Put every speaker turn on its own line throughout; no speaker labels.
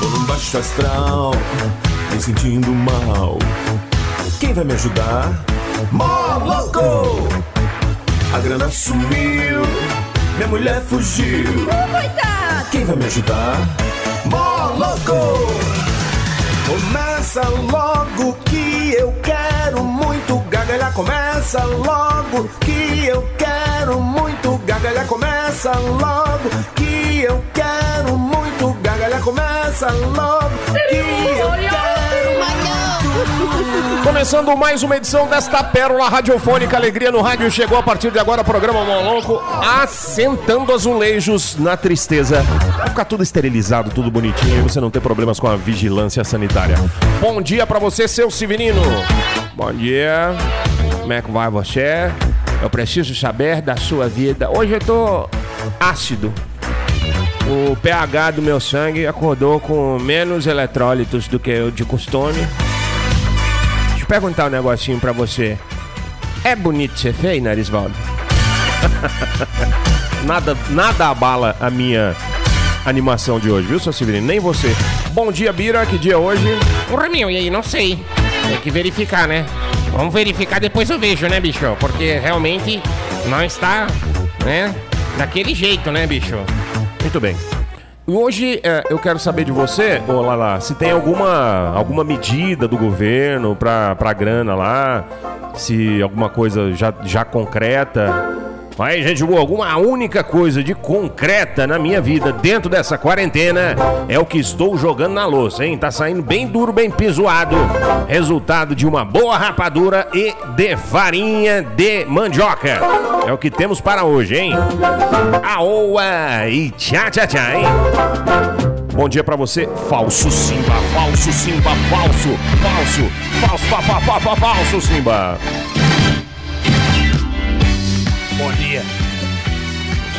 Tô num baixo astral, me sentindo mal. Quem vai me ajudar? Moloco! A grana sumiu, minha mulher fugiu.
Coitado!
Quem vai me ajudar? Moloco! Começa logo que eu quero muito gargalhar. Começa logo que eu quero muito gargalhar. Começa logo que eu quero muito gargalhar. Começa logo que eu quero
Começando mais uma edição desta pérola radiofônica Alegria no Rádio. Chegou a partir de agora o programa Moloco assentando azulejos na tristeza. Vai ficar tudo esterilizado, tudo bonitinho e você não ter problemas com a vigilância sanitária. Bom dia pra você, seu Severino. Bom dia. Como é que vai você? Eu preciso saber da sua vida. Hoje eu tô ácido. O pH do meu sangue acordou com menos eletrólitos do que o de costume. Deixa eu perguntar um negocinho pra você. É bonito ser feio, Narisvaldo? nada, nada abala a minha animação de hoje, viu, seu Severino? Nem você. Bom dia, Bira. Que dia é hoje?
Porra, meu, e aí? Não sei. Tem que verificar, né? Vamos verificar, depois eu vejo, né, bicho? Porque realmente não está, né? Daquele jeito, né, bicho?
Muito bem. E Hoje é, eu quero saber de você, ô Lala, se tem alguma, alguma medida do governo pra, pra grana lá, se alguma coisa já, já concreta. Aí, gente, boa, alguma única coisa de concreta na minha vida dentro dessa quarentena é o que estou jogando na louça, hein? Tá saindo bem duro, bem pisoado. Resultado de uma boa rapadura e de farinha de mandioca. É o que temos para hoje, hein? Aoa e tchá tchá tchá, hein? Bom dia pra você, falso Simba, falso Simba, falso, falso, falso, fa, fa, fa, fa, falso Simba.
Bom dia.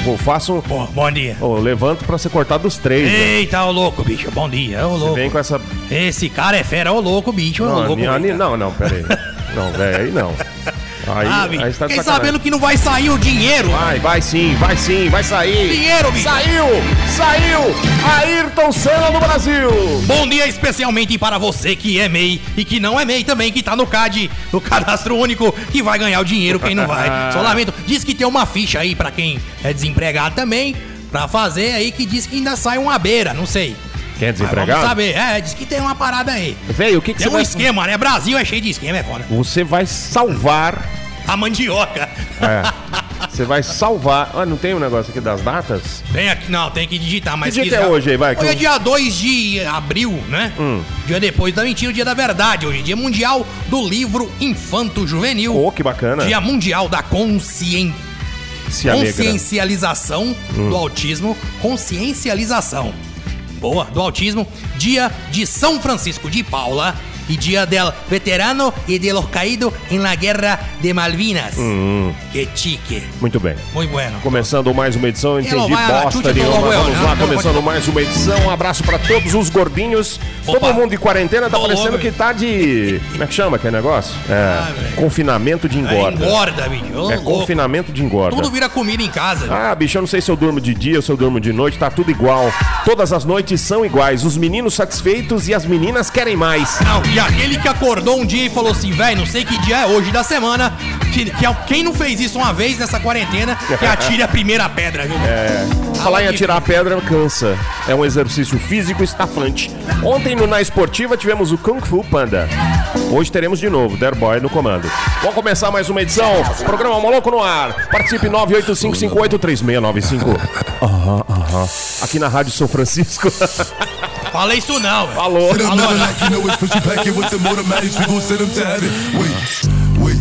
Pô, faço, um-
Bom, bom dia.
ô, levanto pra ser cortado os três. né?
Eita, ô louco, bicho. Bom dia, ô louco.
Vem com essa.
Esse cara é fera, ô louco, bicho. Ô
Não,
louco.
Ani-
bicho.
Ani- não, não, peraí. Não, velho, aí não. Aí,
Ah, bicho,
aí você tá de sacanagem.
fiquei sabendo que não vai sair o dinheiro. Ah,
Vai, vai sim, vai sim, vai sair.
Dinheiro, bicho.
Saiu, saiu. Ayrton Senna no Brasil.
Bom dia especialmente para você que é MEI e que não é MEI também, que tá no CAD, no cadastro único, que vai ganhar o dinheiro, quem não vai. Só lamento. Diz que tem uma ficha aí pra quem é desempregado também, pra fazer aí, que diz que ainda sai uma beira, não sei.
Quem é
Mas
desempregado?
Vamos saber, é, diz que tem uma parada aí.
Velho, o que, que
Tem
você
um
vai...
esquema, né? Brasil é cheio de esquema, é foda.
Você vai salvar...
A mandioca.
É. Você vai salvar... Ah, não tem um negócio aqui das datas?
Tem aqui, não, tem que digitar, mas.
Que dia
quiser-
que é hoje aí, vai, Hum. que
Hoje é
eu-
dia 2 de abril, né? Dia depois da mentira, o dia da verdade. Hoje é dia mundial do livro Infanto Juvenil.
Oh, que bacana.
Dia mundial da conscien...
Se alegra.
consciencialização
Hum.
do autismo. Consciencialização. Boa, do autismo. Dia de São Francisco de Paula. E dia del veterano e de los caídos em la guerra de Malvinas.
Hum.
Que chique.
Muito bem.
Muito bueno.
Começando mais uma edição, entendi
Ela vai, ela
bosta
chute,
nenhuma.
tomou,
Vamos
eu,
lá,
né? não,
começando
pode-
mais uma edição. Um abraço pra todos os gordinhos.
Opa.
Todo mundo de quarentena, tá
Tomou,
parecendo que
velho.
tá de. Como é que chama aquele negócio?
Ah,
É.
velho.
Confinamento de
É,
engorda.
engorda, bicho. Ô,
É
louco.
confinamento de engorda.
Tudo vira comida em casa. né?
Ah, bicho, eu não sei se eu durmo de dia ou se eu durmo de noite, tá tudo igual. Todas as noites são iguais. Os meninos satisfeitos e as meninas querem mais.
Não, e aquele que acordou um dia e falou assim, velho, não sei que dia é hoje da semana, que, que é- quem não fez isso uma vez nessa quarentena, que atire a primeira pedra, viu? É.
Falar em atirar a pedra cansa. É um exercício físico estafante. Ontem no Na Esportiva tivemos o Kung Fu Panda. Hoje teremos de novo Der Boy no comando. Vamos começar mais uma edição. Programa Moloco no ar. Participe 985583695. Aham, aham. Aqui na Rádio São Francisco.
Fala isso não, velho.
Alô.
Put 'em on it like you know it's pushing back in with them automatics. We gon' send 'em to heaven. Wait, wait.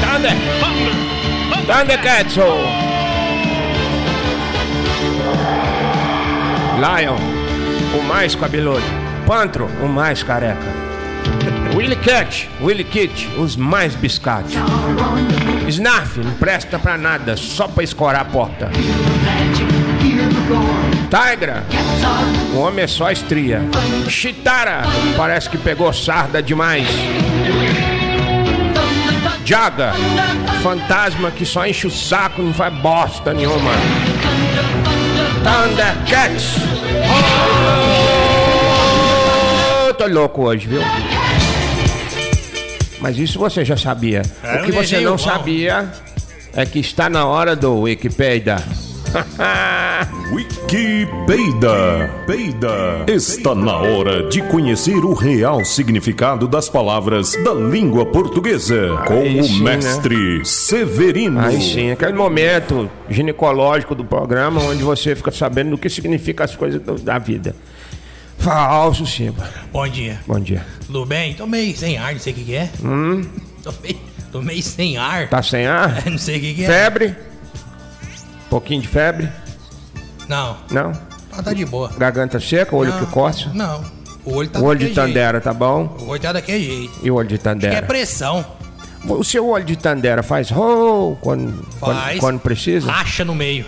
Thunder. Thunder. Thundercats. oh. Lion, o mais cabeludo. Pantro, o mais careca.
Willy Cat, Willy Kit, os mais biscate. Snarf, não presta pra nada, só pra escorar a porta. Tigra, o homem é só estria. Chitara, parece que pegou sarda demais. Jaga, fantasma que só enche o saco, não faz bosta nenhuma. Thundercats. Oh, tô louco hoje, viu? Mas isso você já sabia.
É
o que
um
você
desenho
não
bom.
sabia é que está na hora do Wikipedia.
Wikipedia. Peida. Está na hora de conhecer o real significado das palavras da língua portuguesa com
Aí
o
sim, né?
mestre Severino.
Aí sim, aquele momento ginecológico do programa onde você fica sabendo do que significa as coisas do- da vida. Falso, Simba.
Bom dia.
Bom dia.
Tudo bem? Tô meio sem ar, não sei o que, que é. Hum? Tô meio, tô meio sem ar.
Tá sem ar?
Não sei o que, que é.
Febre? Pouquinho de febre?
Não,
Não?
tá, tá de boa.
Garganta seca, olho
Não,
que coça?
Não. O olho tá
O olho
daquele
de Tandera, tá bom?
jeito. O olho tá daquele jeito.
E o olho de
É
Tandera?
pressão.
O seu olho de Tandera faz ho quando,
Faz. Ah.
quando, quando precisa?
Racha no meio.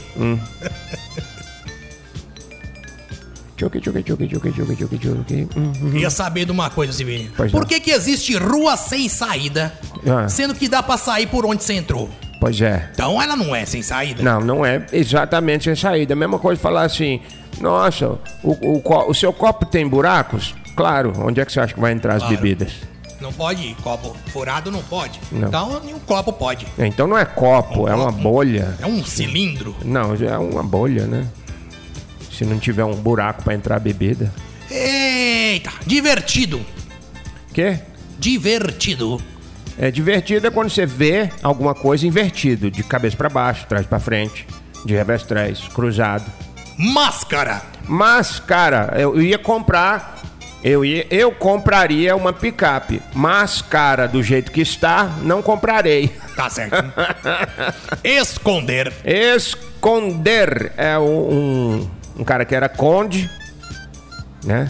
Tchuki, tchuki, tchuki, tchuki, tchuki, tchuki, tchuki. Hum.
Queria saber de uma coisa, Severino.
Pois
Por
não.
que que existe rua sem saída,
Ah.
sendo que dá pra sair por onde você entrou?
Pois é.
Então ela não é sem saída.
Não, não é exatamente essa saída. A mesma coisa falar assim, nossa, o, o, co- o seu copo tem buracos? Claro, onde é que você acha que vai entrar as
Claro.
bebidas?
Não pode, copo furado não pode.
Não.
Então nenhum copo pode.
Então não é copo, é uma bolha.
É um cilindro.
Não, é uma bolha, né? Se não tiver um buraco pra entrar a bebida.
Eita, divertido.
Quê?
Divertido.
É divertido é quando você vê alguma coisa invertido, de cabeça pra baixo, trás pra frente, de revés trás, cruzado.
Máscara.
Mas, cara, eu ia comprar. Eu, ia, eu compraria uma picape. Mas, cara, do jeito que está, não comprarei.
Tá certo. Esconder.
Esconder é um, um, um cara que era conde, né?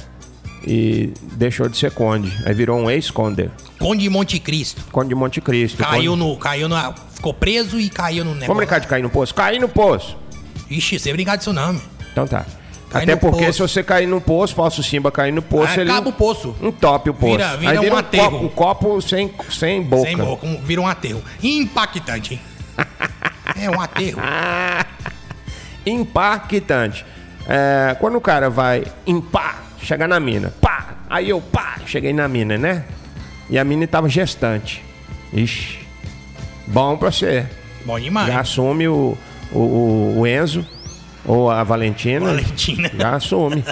E deixou de ser conde. Aí virou um ex-conde.
Conde de Monte Cristo.
Conde de Monte Cristo.
Caiu
conde...
no. Caiu na. Ficou preso e caiu no negócio.
Vamos brincar de cair no poço? Cair no poço.
Ixi, sem brincar de tsunami.
Então tá.
Cair
Até
no
porque
poço. Ah,
se você cair no poço, falso Simba cair no poço, ele.
Acaba o poço.
Entope o poço.
Vira- vira
Aí
um
vira um,
aterro.
copo, um copo sem, sem boca.
Sem boca, um- vira um aterro. Impactante, hein? É um aterro.
Impactante. É, quando o cara vai em pá, chegar na mina, pá, aí eu pá, cheguei na mina, né? E a mina tava gestante. Ixi, bom pra você.
Bom demais.
Já assume o, o, o- o Enzo ou a Valentina.
Valentina.
Já assume.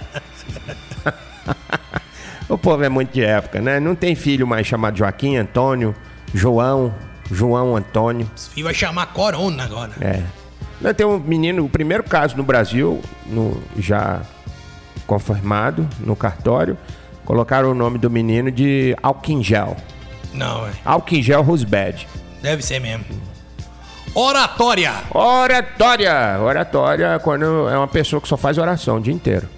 o povo é muito de época, né? Não tem filho mais chamado Joaquim, Antônio, João, João Antônio.
Esse filho vai chamar Corona agora.
É. Nós temos um menino, o primeiro caso no Brasil, no- já confirmado no cartório, colocaram o nome do menino de Alquingel.
Não, é.
Alquingel Rusbed.
Deve ser mesmo. Oratória.
Oratória! Oratória é quando é uma pessoa que só faz oração o dia inteiro.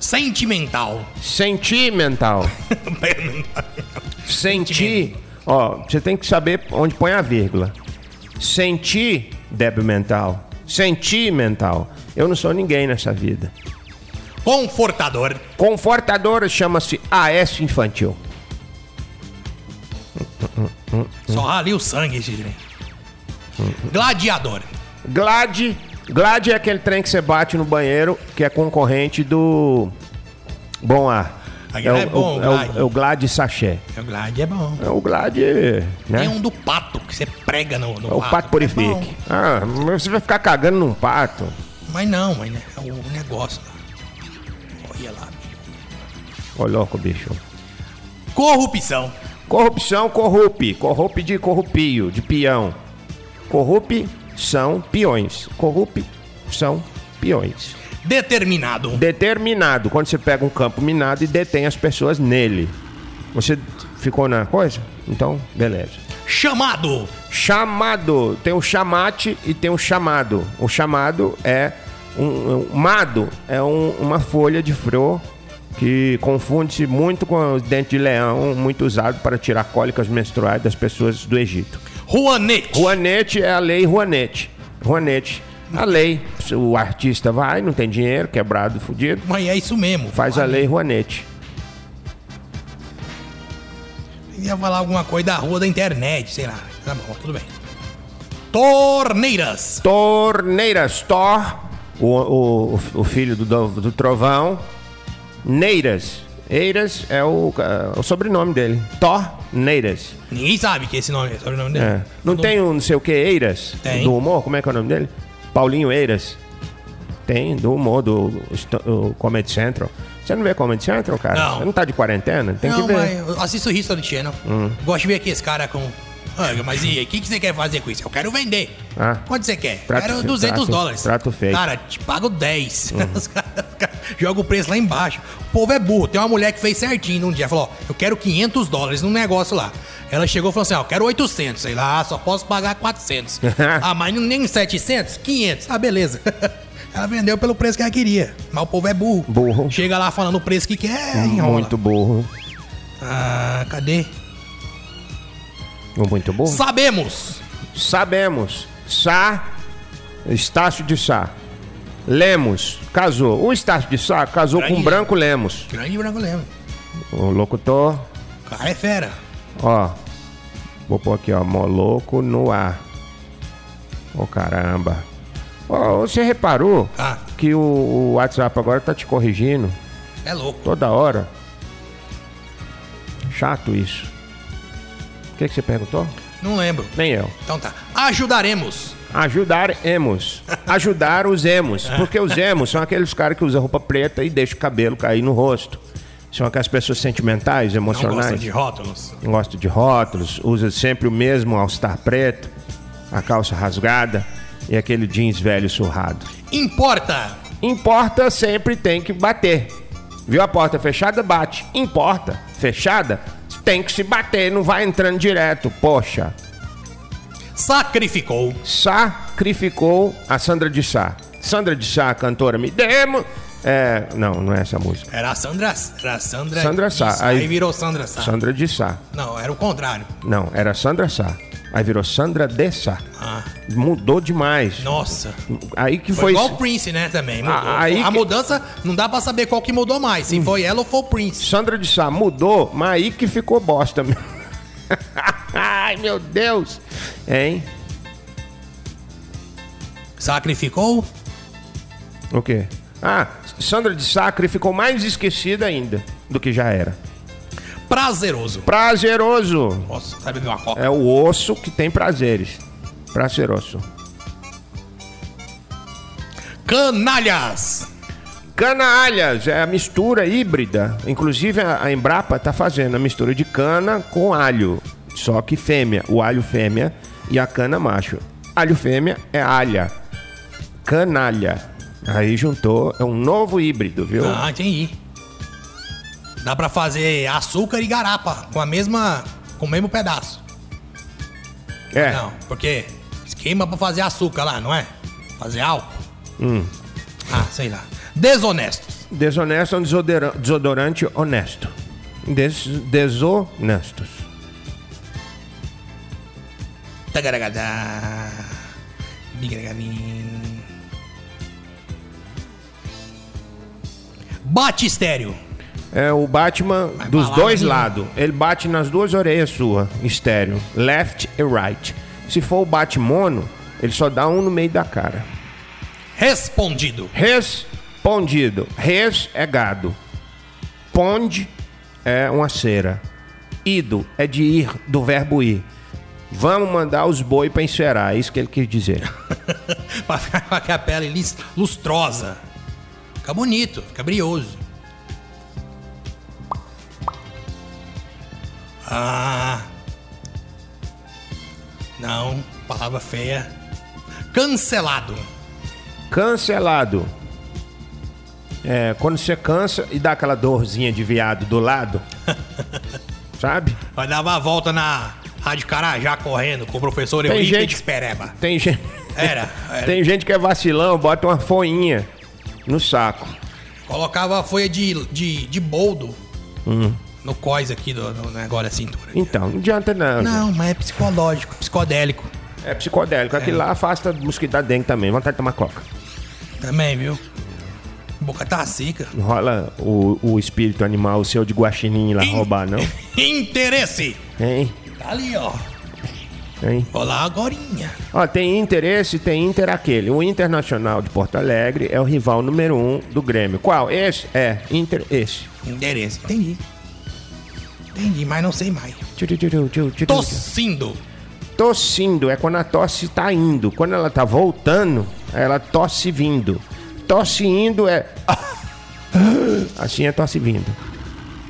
Sentimental.
Sentimental. Sentir. Ó, você tem que saber onde põe a vírgula. Sentir débil mental. Sentir mental. Eu não sou ninguém nessa vida.
Confortador.
Confortadora chama-se AS Infantil.
Só rali o sangue esse trem. Hum. Gladiador.
Glad. Glad é aquele trem que você bate no banheiro, que é concorrente do Bom Ar.
Aquele é bom,
o, é,
Glad.
o, é o Glad Sachê.
O glade é bom.
É o Glad, né?
Tem um do pato que você prega no, no
É o pato purifique.
né? bom.
ah, mas você vai ficar cagando num pato.
Mas não, mas né, é o negócio lá. Olha lá. bicho.
Ô, louco, bicho.
Corrupção.
Corrupção, corrupe. Corrupe de corrupio, de peão. Corrupe são peões. Corrupe são peões.
Determinado.
Determinado, quando você pega um campo minado e detém as pessoas nele. Você ficou na coisa? Então, beleza.
Chamado.
Chamado. Tem o chamate e tem o chamado. um, O um, chamado é um, um mado, é um- uma folha de flor que confunde-se muito com os dentes de leão, muito usado para tirar cólicas menstruais das pessoas do Egito.
Juanete.
Juanete é a lei Juanete. Juanete, a lei. O artista vai, não tem dinheiro, quebrado, fudido,
Mas é isso mesmo.
faz a lei Juanete.
Ia falar alguma coisa da rua da internet, sei lá. Tá bom, tudo bem. Torneiras.
Torneiras, Thor, o, o, o filho do, do, do Trovão. Neiras. Eiras é o, é o sobrenome dele. Torneiras.
Ninguém sabe que é esse nome, sobre o nome dele.
É. Não tem um não sei o que, Eiras?
Tem.
Do humor, como é que é o nome dele? Paulinho Eiras. Tem, do humor, do Sto- o Comedy Central. Você não vê Comedy Central, cara?
Não.
Você não tá de quarentena? Tem
Não,
que ver. Hum.
mas eu assisto o History Channel. Gosto de ver aqui esse cara com. Ah, mas e aí, o que, que você quer fazer com isso? Eu quero vender.
Ah.
Quanto você quer?
Trato
quero
fe-
200
trato-
dólares.
trato feito. Hum.
Cara, te pago 10. Os caras os caras jogam o preço lá embaixo. O povo é burro. Tem uma mulher que fez certinho num dia. Falou, ó, eu quero 500 dólares num negócio lá. Ela chegou e falou assim, ó, eu quero 800. Sei lá, só posso pagar 400. ah, mas nem 700? 500. Ah, beleza. Ela vendeu pelo preço que ela queria. Mas o povo é burro.
Burro.
Chega lá falando o preço que quer, enrola.
Muito burro.
Ah, cadê?
Muito burro.
Sabemos!
Sabemos. Sá, Estácio de Sá. Lemos, casou. O Estácio de Sá casou com
Grande.
o Branco Lemos.
Grande Branco Lemos.
O locutor,
O cara é fera.
ó. Vou pôr aqui, ó. Moloco no ar. Ô caramba. Ó, você reparou
Ah.
que o, o WhatsApp agora tá te corrigindo
É louco.
toda hora? Chato isso. O que, que você perguntou?
Não lembro.
Nem eu.
Então tá. Ajudaremos.
Ajudar emos. Ajudar os emos. Porque os emos são aqueles caras que usam roupa preta e deixam o cabelo cair no rosto. São aquelas pessoas sentimentais,
Não
emocionais.
gosta de rótulos.
Não gosta de rótulos, usa sempre o mesmo all-star preto, a calça rasgada e aquele jeans velho surrado.
Importa.
Importa sempre tem que bater. Viu a porta fechada? Bate. Importa. Fechada? Tem que se bater, não vai entrando direto. Poxa.
Sacrificou.
sacrificou a Sandra de Sá. Sandra de Sá, cantora me demo. É, não, não é essa música.
Era a Sandra. Era a Sandra.
Sandra Sá.
Isso, Aí,
Aí-
virou Sandra Sá.
Sandra de Sá.
Não, era o contrário.
Não, era Sandra Sá. Aí virou Sandra de Sá.
Ah.
Mudou demais.
Nossa.
Aí que
Foi,
foi.
igual o Prince, né? Também. Mudou.
Ah, aí
a
que- Hum.
mudança não dá pra saber qual que mudou mais. Se foi ela ou foi o Prince.
Sandra de Sá mudou, mas aí que ficou bosta mesmo. Ai, meu Deus. Hein?
Sacrificou.
O quê? Ah, Sandra de Sacre ficou mais esquecida ainda do que já era.
Prazeroso.
Prazeroso.
Nossa, sabe de uma coca?
É o osso que tem prazeres. Prazeroso.
Canalhas.
Canalhas, é a mistura híbrida. Inclusive a a Embrapa tá fazendo a mistura de cana com alho. Só que fêmea, o alho fêmea e a cana macho. Alho fêmea é alha. Canalha. Aí juntou, é um novo híbrido, viu?
Ah, entendi. Dá pra fazer açúcar e garapa com a mesma. com o mesmo pedaço.
é.
Não, porque esquema pra fazer açúcar lá, não é? Fazer álcool. Ah, sei lá. Desonestos.
Desonesto é um desodera- desodorante honesto. Des desonestos.
Tagaragadá. Bigaragadim. Batistério.
É o Batman
Vai
dos
pra lá,
dois
menino.
lados. Ele bate nas duas orelhas sua, em estéreo. Left e right. Se for o Batmono, ele só dá um no meio da cara.
Respondido.
Respondido. Res é gado. Pond é uma cera. Ido é de ir, do verbo ir. Vamos mandar os boi pra encerar. É isso que ele quis dizer.
pra ficar com aquela pele lis- lustrosa. Fica bonito, fica brioso. Ah. Não, palavra feia. Cancelado.
Cancelado. É, quando você cansa e dá aquela dorzinha de viado do lado. sabe?
Vai dar uma volta na Rádio Carajá correndo com o professor
Tem
Eurípides
gente-
Pereba.
Tem gente,
Era, era.
é tem gente que é vacilão, bota uma foinha no saco.
Colocava a folha de, de, de boldo
Hum.
no cós aqui do, do negócio da cintura.
Então, não adianta não.
Não, mas é psicológico, ppsicodélico
É psicodélico. Aquilo lá afasta do mosquito da dengue também. Vontade de tomar coca.
também, viu? Boca tá seca.
Rola o, o espírito animal, o seu de guaxinim lá roubar, não?
Interesse!
Hein?
Tá ali, ó.
Hein?
Ó lá agora.
Ó, tem interesse, tem Inter aquele. O Internacional de Porto Alegre é o rival número um do Grêmio. Qual? Esse? É, Inter, esse.
Interesse, entendi. Entendi, mas não sei mais.
Tchu, tchu, tchu, tchu, tchu, tchu.
Tossindo.
Tossindo é quando a tosse tá indo. Quando ela tá voltando, ela tosse vindo. Tosse indo é. Assim é tosse vindo.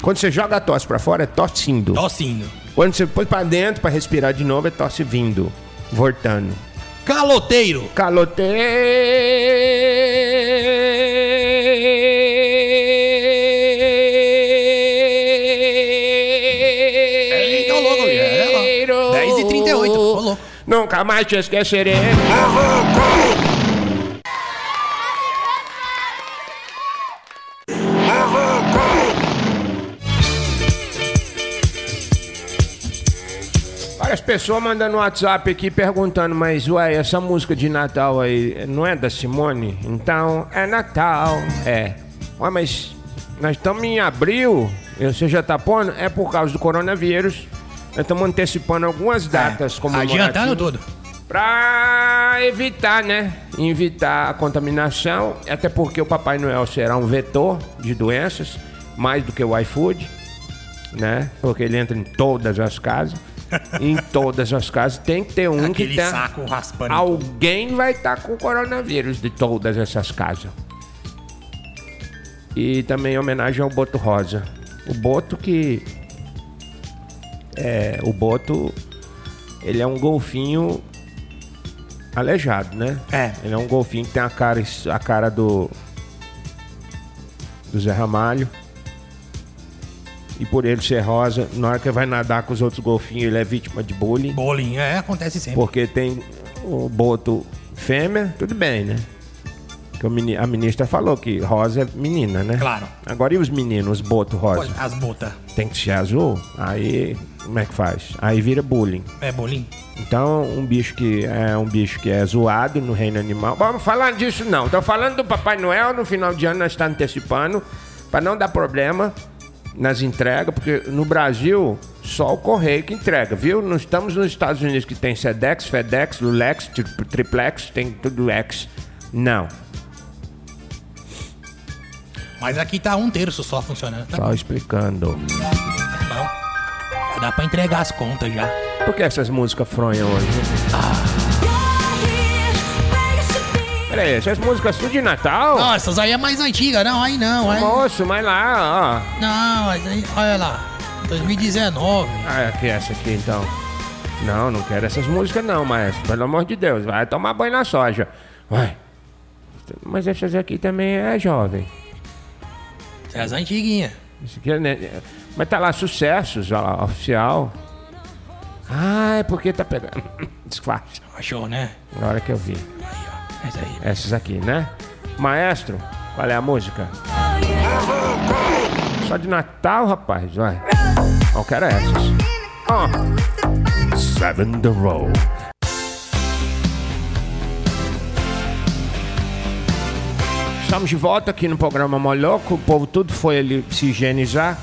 Quando você joga a tosse pra fora, é tossindo.
Tossindo.
Quando você põe pra dentro pra respirar de novo, é tosse vindo. Voltando.
Caloteiro.
Caloteiro.
Eita, louco, viu? É, ó. 10h38, ô louco.
Nunca mais te esquecerei. Várias pessoas mandando um WhatsApp aqui perguntando, mas ué, essa música de Natal aí não é da Simone? Então é Natal. É. Ué, mas nós estamos em abril, e você já tá pondo? É por causa do coronavírus. Nós estamos antecipando algumas datas como
É. Adiantando tudo.
Pra evitar, né? Evitar a contaminação, até porque o Papai Noel será um vetor de doenças, mais do que o iFood, né? Porque ele entra em todas as casas. em todas as casas tem que ter um
Aquele
que tá.
saco raspando.
Alguém vai estar com coronavírus de todas essas casas. E também em homenagem ao Boto Rosa. O Boto que. É, o Boto. Ele é um golfinho aleijado, né?
É.
Ele é um golfinho que tem a cara, a cara do. do Zé Ramalho. E por ele ser rosa, na hora que vai nadar com os outros golfinhos, ele é vítima de bullying.
Bowling, é, acontece sempre.
Porque tem o boto fêmea, tudo bem, né? Que o mini- a ministra falou que rosa é menina, né?
Claro.
Agora e os meninos, os boto rosa?
As botas.
Tem que ser azul? Aí, como é que faz? Aí vira bullying.
É bolinho?
Então, um bicho que é um bicho que é zoado no reino animal. Vamos falar disso não. Tô falando do Papai Noel no final de ano nós está antecipando para não dar problema nas entregas, porque no Brasil só o correio que entrega, viu? Não estamos nos Estados Unidos que tem Sedex, FedEx, Lulex, tri- Triplex, tem tudo X. Não.
Mas aqui tá um terço só funcionando. Tá
Só explicando.
bom. Já dá pra entregar as contas já.
Por que essas músicas fronham hoje? Peraí, essas músicas tudo de Natal?
Não, essas aí é mais antiga. Não, aí não, é.
Moço, mas lá, ó.
Não, mas aí, olha lá. 2019.
Ah, é que essa aqui então. Não, não quero essas músicas não, mas pelo amor de Deus, vai tomar banho na soja. Ué. Mas essas aqui também é jovem.
É As antiguinhas.
Isso aqui é, né, é- mas tá lá sucessos, ó, lá, oficial. Ah, é porque tá pegando. Disfarce.
Achou, né?
Na hora que eu vi.
Essa aí.
Essas aqui, né? Maestro, qual é a música? Só de Natal, rapaz, vai. Eu quero essas. Ó. Seven the Row. Estamos de volta aqui no programa Moloco. O povo tudo foi ali se higienizar.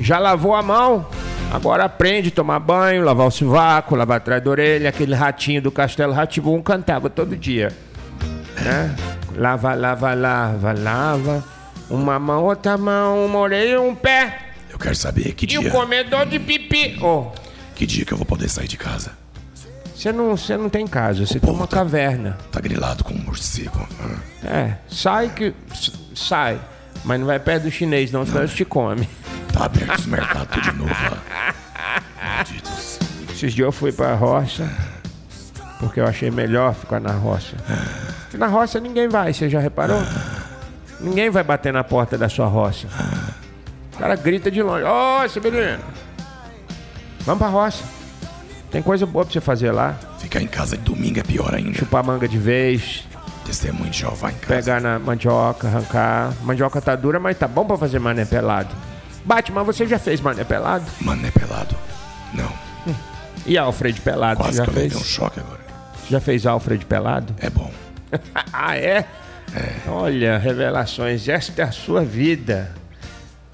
Já lavou a mão? Agora aprende a tomar banho, lavar o sovaco, lavar atrás da orelha. Aquele ratinho do Castelo Ratibum cantava todo dia. Né? Lava, lava, lava, lava. Uma mão, outra mão, uma orelha, um pé.
Eu quero saber que
E o
dia,
comedor de pipi. Ô,
que dia que eu vou poder sair de casa.
você não, você não tem casa, você tem uma
tá-
caverna.
Tá grilado com um morcego. Ah,
É, sai que. s- Sai. Mas não vai perto do chinês, não, senão eles te comem.
Tá aberto os mercados de novo lá. Malditos.
Esses dias eu fui pra roça, porque eu achei melhor ficar na roça. Na roça ninguém vai, você já reparou? Ninguém vai bater na porta da sua roça. O cara grita de longe, ô, esse menino, vamos pra roça. Tem coisa boa pra você fazer lá,
Ficar em casa de domingo é pior ainda.
chupar manga de vez,
Testemunho de Jeová em casa.
Pegar na mandioca, arrancar. Mandioca tá dura, mas tá bom pra fazer mané pelado. Batman, você já fez mané pelado?
Mano, é pelado. Não,
E Alfred pelado?
quase
já
que eu levei
fez?
um choque agora.
Já fez Alfred pelado?
É bom.
Ah, é? Olha, revelações, esta é a sua vida.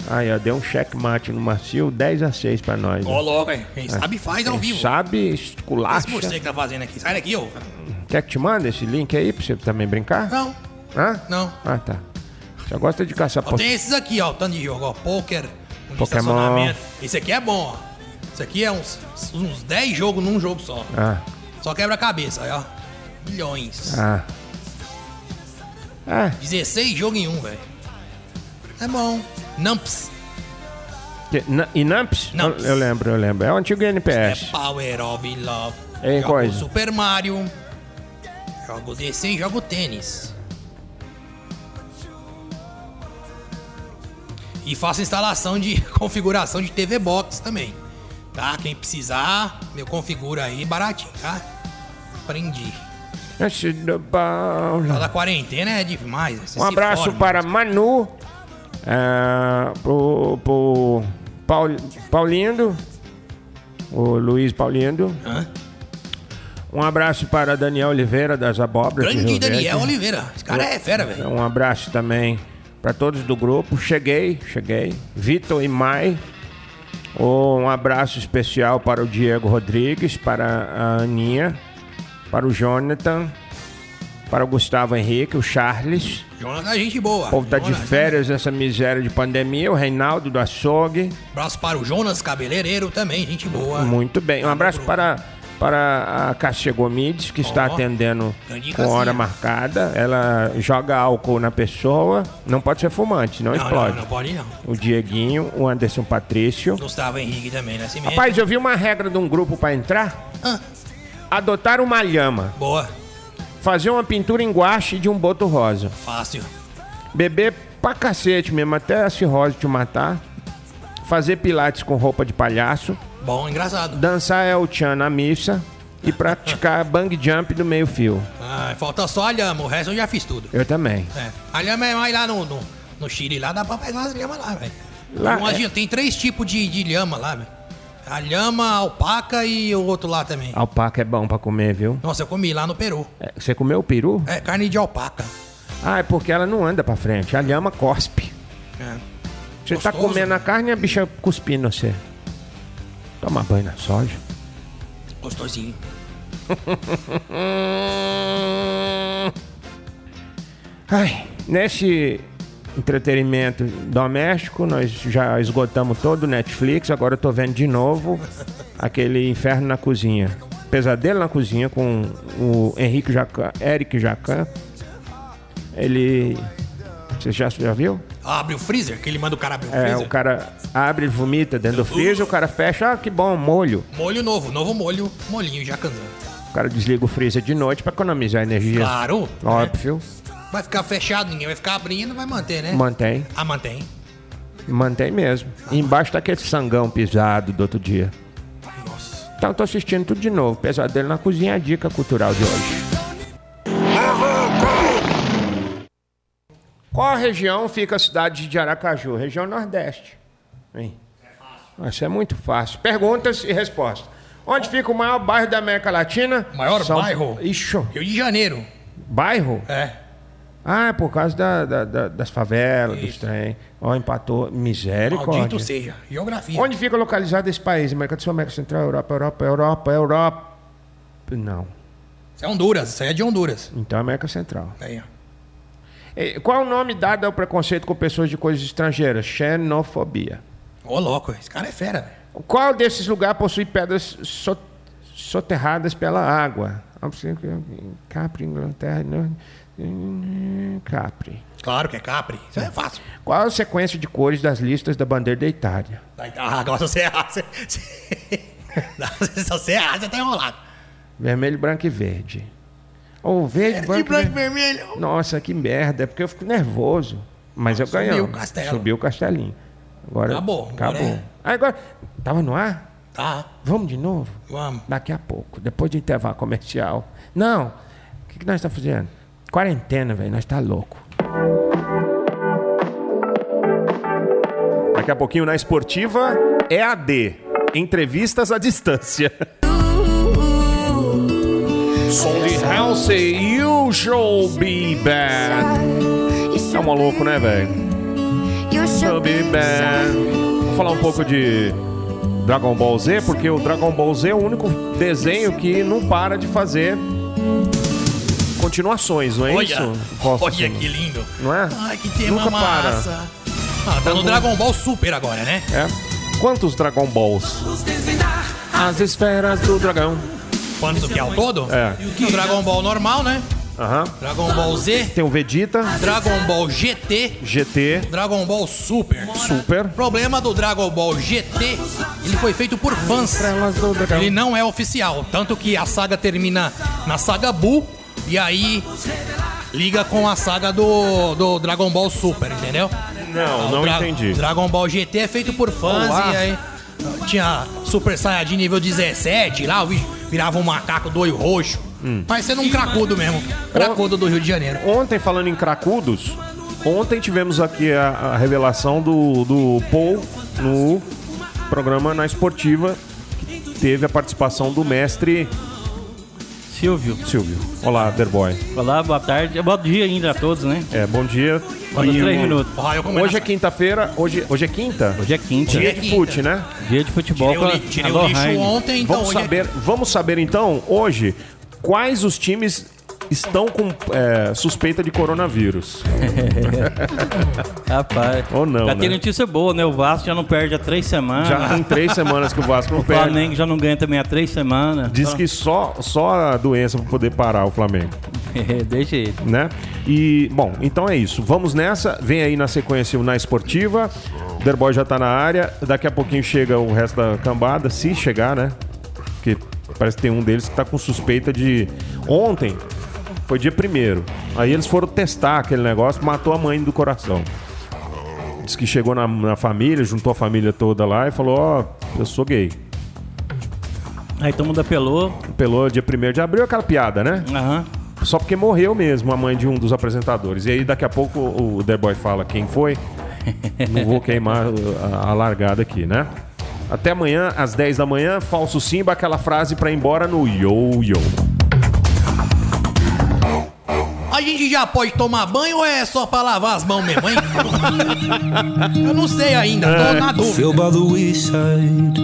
Aí, ó, deu um checkmate no Marcio, 10 a 6 pra nós.
Ó, louco, hein? Quem sabe faz ao vivo.
Sabe,
Esse morcego
esculacha.
que tá fazendo aqui. Sai daqui, ô.
Quer que te manda esse link aí pra você também brincar?
Não,
Hã?
não.
Ah, tá. Você gosta de caçar
Ó,
po...
tem esses aqui, ó. O tanto de jogo, ó. Poker, um de
Pokémon.
estacionamento. Esse aqui é bom, ó. Isso aqui é uns, uns 10 jogos num jogo só.
Ah,
Só quebra-cabeça, aí, ó. Milhões.
ah. Ah,
16 jogos em um, velho. É bom. Numps.
que- na- e Namps? Eu,
Namps.
eu lembro, eu lembro. É o antigo
É
NPS.
Power of Love.
Ei,
jogo
coisa.
Super Mario. Jogo DC e jogo tênis. E faço instalação de configuração de TV Box também. Tá? Quem precisar, eu configuro aí baratinho, tá? Aprendi.
Esse do Paulo.
Cada quarentena é demais. né? Você
Um
se
abraço
forma.
para Manu, ah, pro, pro Paul, Paulindo, o Luiz Paulindo.
Hã?
Um abraço para Daniel Oliveira das Abóboras. de
Grande
Rio Verde.
Daniel Oliveira. Esse cara é fera, velho.
Um abraço também para todos do grupo. Cheguei, cheguei. Vitor e Mai. Um abraço especial para o Diego Rodrigues, para a Aninha, para o Jonathan, para o Gustavo Henrique, o Charles.
Jonathan é gente boa.
O povo tá de
Jonathan.
férias nessa miséria de pandemia. O Reinaldo do Açougue.
Abraço para o Jonas Cabeleireiro também, gente boa.
Muito bem. Um abraço para, para a Cássia Gomides, que está
Ó,
atendendo
grande
com hora
Cassinha.
marcada. Ela joga álcool na pessoa. Não pode ser fumante, senão
Não, não,
explode.
não, não pode não.
O Dieguinho, o Anderson Patrício.
Gustavo Henrique também, né? Cimento.
Rapaz, eu vi uma regra de um grupo para entrar.
Ah.
Adotar uma lhama.
Boa,
Fazer uma pintura em guache de um boto rosa.
fácil.
Beber pra cacete mesmo, até a cirrose te matar. Fazer pilates com roupa de palhaço.
Bom, engraçado.
dançar El Chan na missa e praticar bang jump do meio fio.
Ah, falta só a lhama, o resto eu já fiz tudo.
Eu também.
É. A lhama é mais lá no, no, no Chile, lá dá pra pegar umas lhamas lá, velho.
Lá
Não
é-
adianta, tem três tipos de, de lhama lá, velho. A lhama, a alpaca e o outro lá também.
Alpaca é bom pra comer, viu?
Nossa, eu comi lá no Peru.
É, Você comeu o peru?
É carne de alpaca.
Ah, é porque ela não anda pra frente. A lhama cospe.
É.
Você tá
Gostoso. né?
comendo a carne e a bicha cuspindo você. Toma banho na soja.
Gostosinho.
Ai, nesse entretenimento doméstico, nós já esgotamos todo o Netflix, agora eu tô vendo de novo aquele Inferno na Cozinha. Pesadelo na Cozinha com o Henrique Jacan, Eric Jacan. Ele. Você já, já viu?
Abre o freezer, que ele manda o cara abrir o
É,
freezer. Uh.
o cara abre e vomita dentro do freezer, o cara fecha, ah, que bom, molho.
Molho novo, novo molho, molhinho já canzão.
O cara desliga o freezer de noite pra economizar energia.
Claro.
Óbvio.
Vai ficar fechado, ninguém vai ficar abrindo, vai manter, né?
Mantém.
Ah, mantém.
Mantém mesmo. E embaixo tá aquele sangão pisado do outro dia.
Nossa.
Então tô assistindo tudo de novo. Pesadelo na cozinha, a dica cultural de hoje. Qual região fica a cidade de Aracaju? Região Nordeste. Hein? Isso é muito fácil. Perguntas e respostas. Onde fica o maior bairro da América Latina?
Maior bairro?
Ixi,
Rio de Janeiro.
bairro?
É.
Ah, é por causa da- da- da- das favelas, dos
Isso.
trem. Ó, empatou.
Maldito
Misericórdia.
seja. Geografia.
Onde fica localizado esse país? América do Sul, América Central, Europa, Europa, Europa, Europa. Não.
Isso é Honduras, isso aí é de Honduras.
Então América Central.
Aí, ó.
Eh, Qual o nome dado ao preconceito com pessoas de coisas estrangeiras? Xenofobia.
Ô, louco, esse cara é fera, velho.
Qual desses lugares possui pedras so- soterradas pela água? Capri, Inglaterra. não- Capri.
Claro que é Capri. Isso é fácil.
Qual a sequência de cores das listas da bandeira da Itália?
Ah, agora se você errar, você... Não, se você errar, você tá enrolado.
Vermelho, branco e verde. Ou verde,
De
branco,
branco e
ver-
vermelho.
Nossa, que merda. É porque eu fico nervoso. Mas eu ganhei.
Ah, o castelo.
Subiu o castelinho. Agora,
Acabou, agora
Acabou.
é.
Ah, Agora, tava no ar?
Tá,
Vamos de novo?
vamos.
Daqui a pouco, depois do intervalo comercial. Não. O que, que nós estamos fazendo? Quarentena, velho, nós tá louco.
Daqui a pouquinho na esportiva é AD. Entrevistas à distância. Som de House You Shall Be Back. É um maluco, né, velho? Shall Be Back. Vou falar um pouco de Dragon Ball Z, porque o Dragon Ball Z é o único desenho que não para de fazer continuações, não é
Olha,
isso? Roça,
olha
assim.
que lindo.
Não é?
Ai, que tema
Nunca para.
massa. Ah, tá no Dragon Ball Super agora, né?
É. Quantos Dragon Balls? As esferas do dragão.
Quanto que é o todo?
É.
Tem o Dragon Ball normal, né?
Aham.
Dragon Ball Z,
Tem o Vegeta,
Dragon Ball GT,
GT,
Dragon Ball Super.
Super.
Problema do Dragon Ball GT, ele foi feito por fãs.
Elas do dragão.
Ele não é oficial, tanto que a saga termina na saga Buu e aí liga com a saga do, do Dragon Ball Super, entendeu?
Não,
O
não
Dra-
entendi.
Dragon Ball GT é feito por fãs
Olá.
e aí tinha Super Saiyajin nível 17 lá, o bicho virava um macaco do olho roxo.
Hum.
Parecendo um cracudo mesmo. Cracudo do Rio de Janeiro.
Ontem, falando em cracudos, ontem tivemos aqui a, a revelação do, do Paul no programa na Esportiva, que teve a participação do mestre
Silvio.
Silvio. Olá, Derboy.
Olá, boa tarde. Bom dia ainda a todos, né?
É, bom dia.
Faltam três minutos.
Porra, eu
Hoje é quinta-feira, hoje, hoje é quinta?
Hoje é quinta,
Dia
é
de
quinta.
fute, né?
dia de futebol
Tirei o,
com
li-
a
tirei o lixo
Lohane.
ontem, então
Vamos
hoje é
saber, vamos saber então, hoje, quais os times estão com é, suspeita de coronavírus.
Rapaz.
Ou não,
Já tem
né?
notícia boa, né? O Vasco já não perde há três semanas.
Já tem três semanas que o Vasco não
O
perde.
Flamengo já não ganha também há três semanas. Então,
Diz
Só-
que só, só a doença pra poder parar o Flamengo,
É, Deixa ele.
né? E, bom, então é isso. Vamos nessa. Vem aí na sequência o Na Esportiva. O Derboy já tá na área. Daqui a pouquinho chega o resto da cambada, se chegar, né? Porque parece que tem um deles que tá com suspeita de... Ontem foi dia primeiro. Aí eles foram testar aquele negócio, matou a mãe do coração. Diz que chegou na, na família, juntou a família toda lá e falou, ó, eu sou gay.
Aí todo mundo apelou.
Pelou dia 1 de abril, aquela piada, né?
Aham.
Só porque morreu mesmo a mãe de um dos apresentadores. E aí daqui a pouco o The Boy fala quem foi. Não vou queimar a- a largada aqui, né? Até amanhã, às 10 da manhã, falso Simba, aquela frase pra ir embora no Yo Yo.
A gente já pode tomar banho ou é só pra lavar as mãos mesmo, hein? Eu não sei ainda, tô na dúvida.
Fell by the wayside.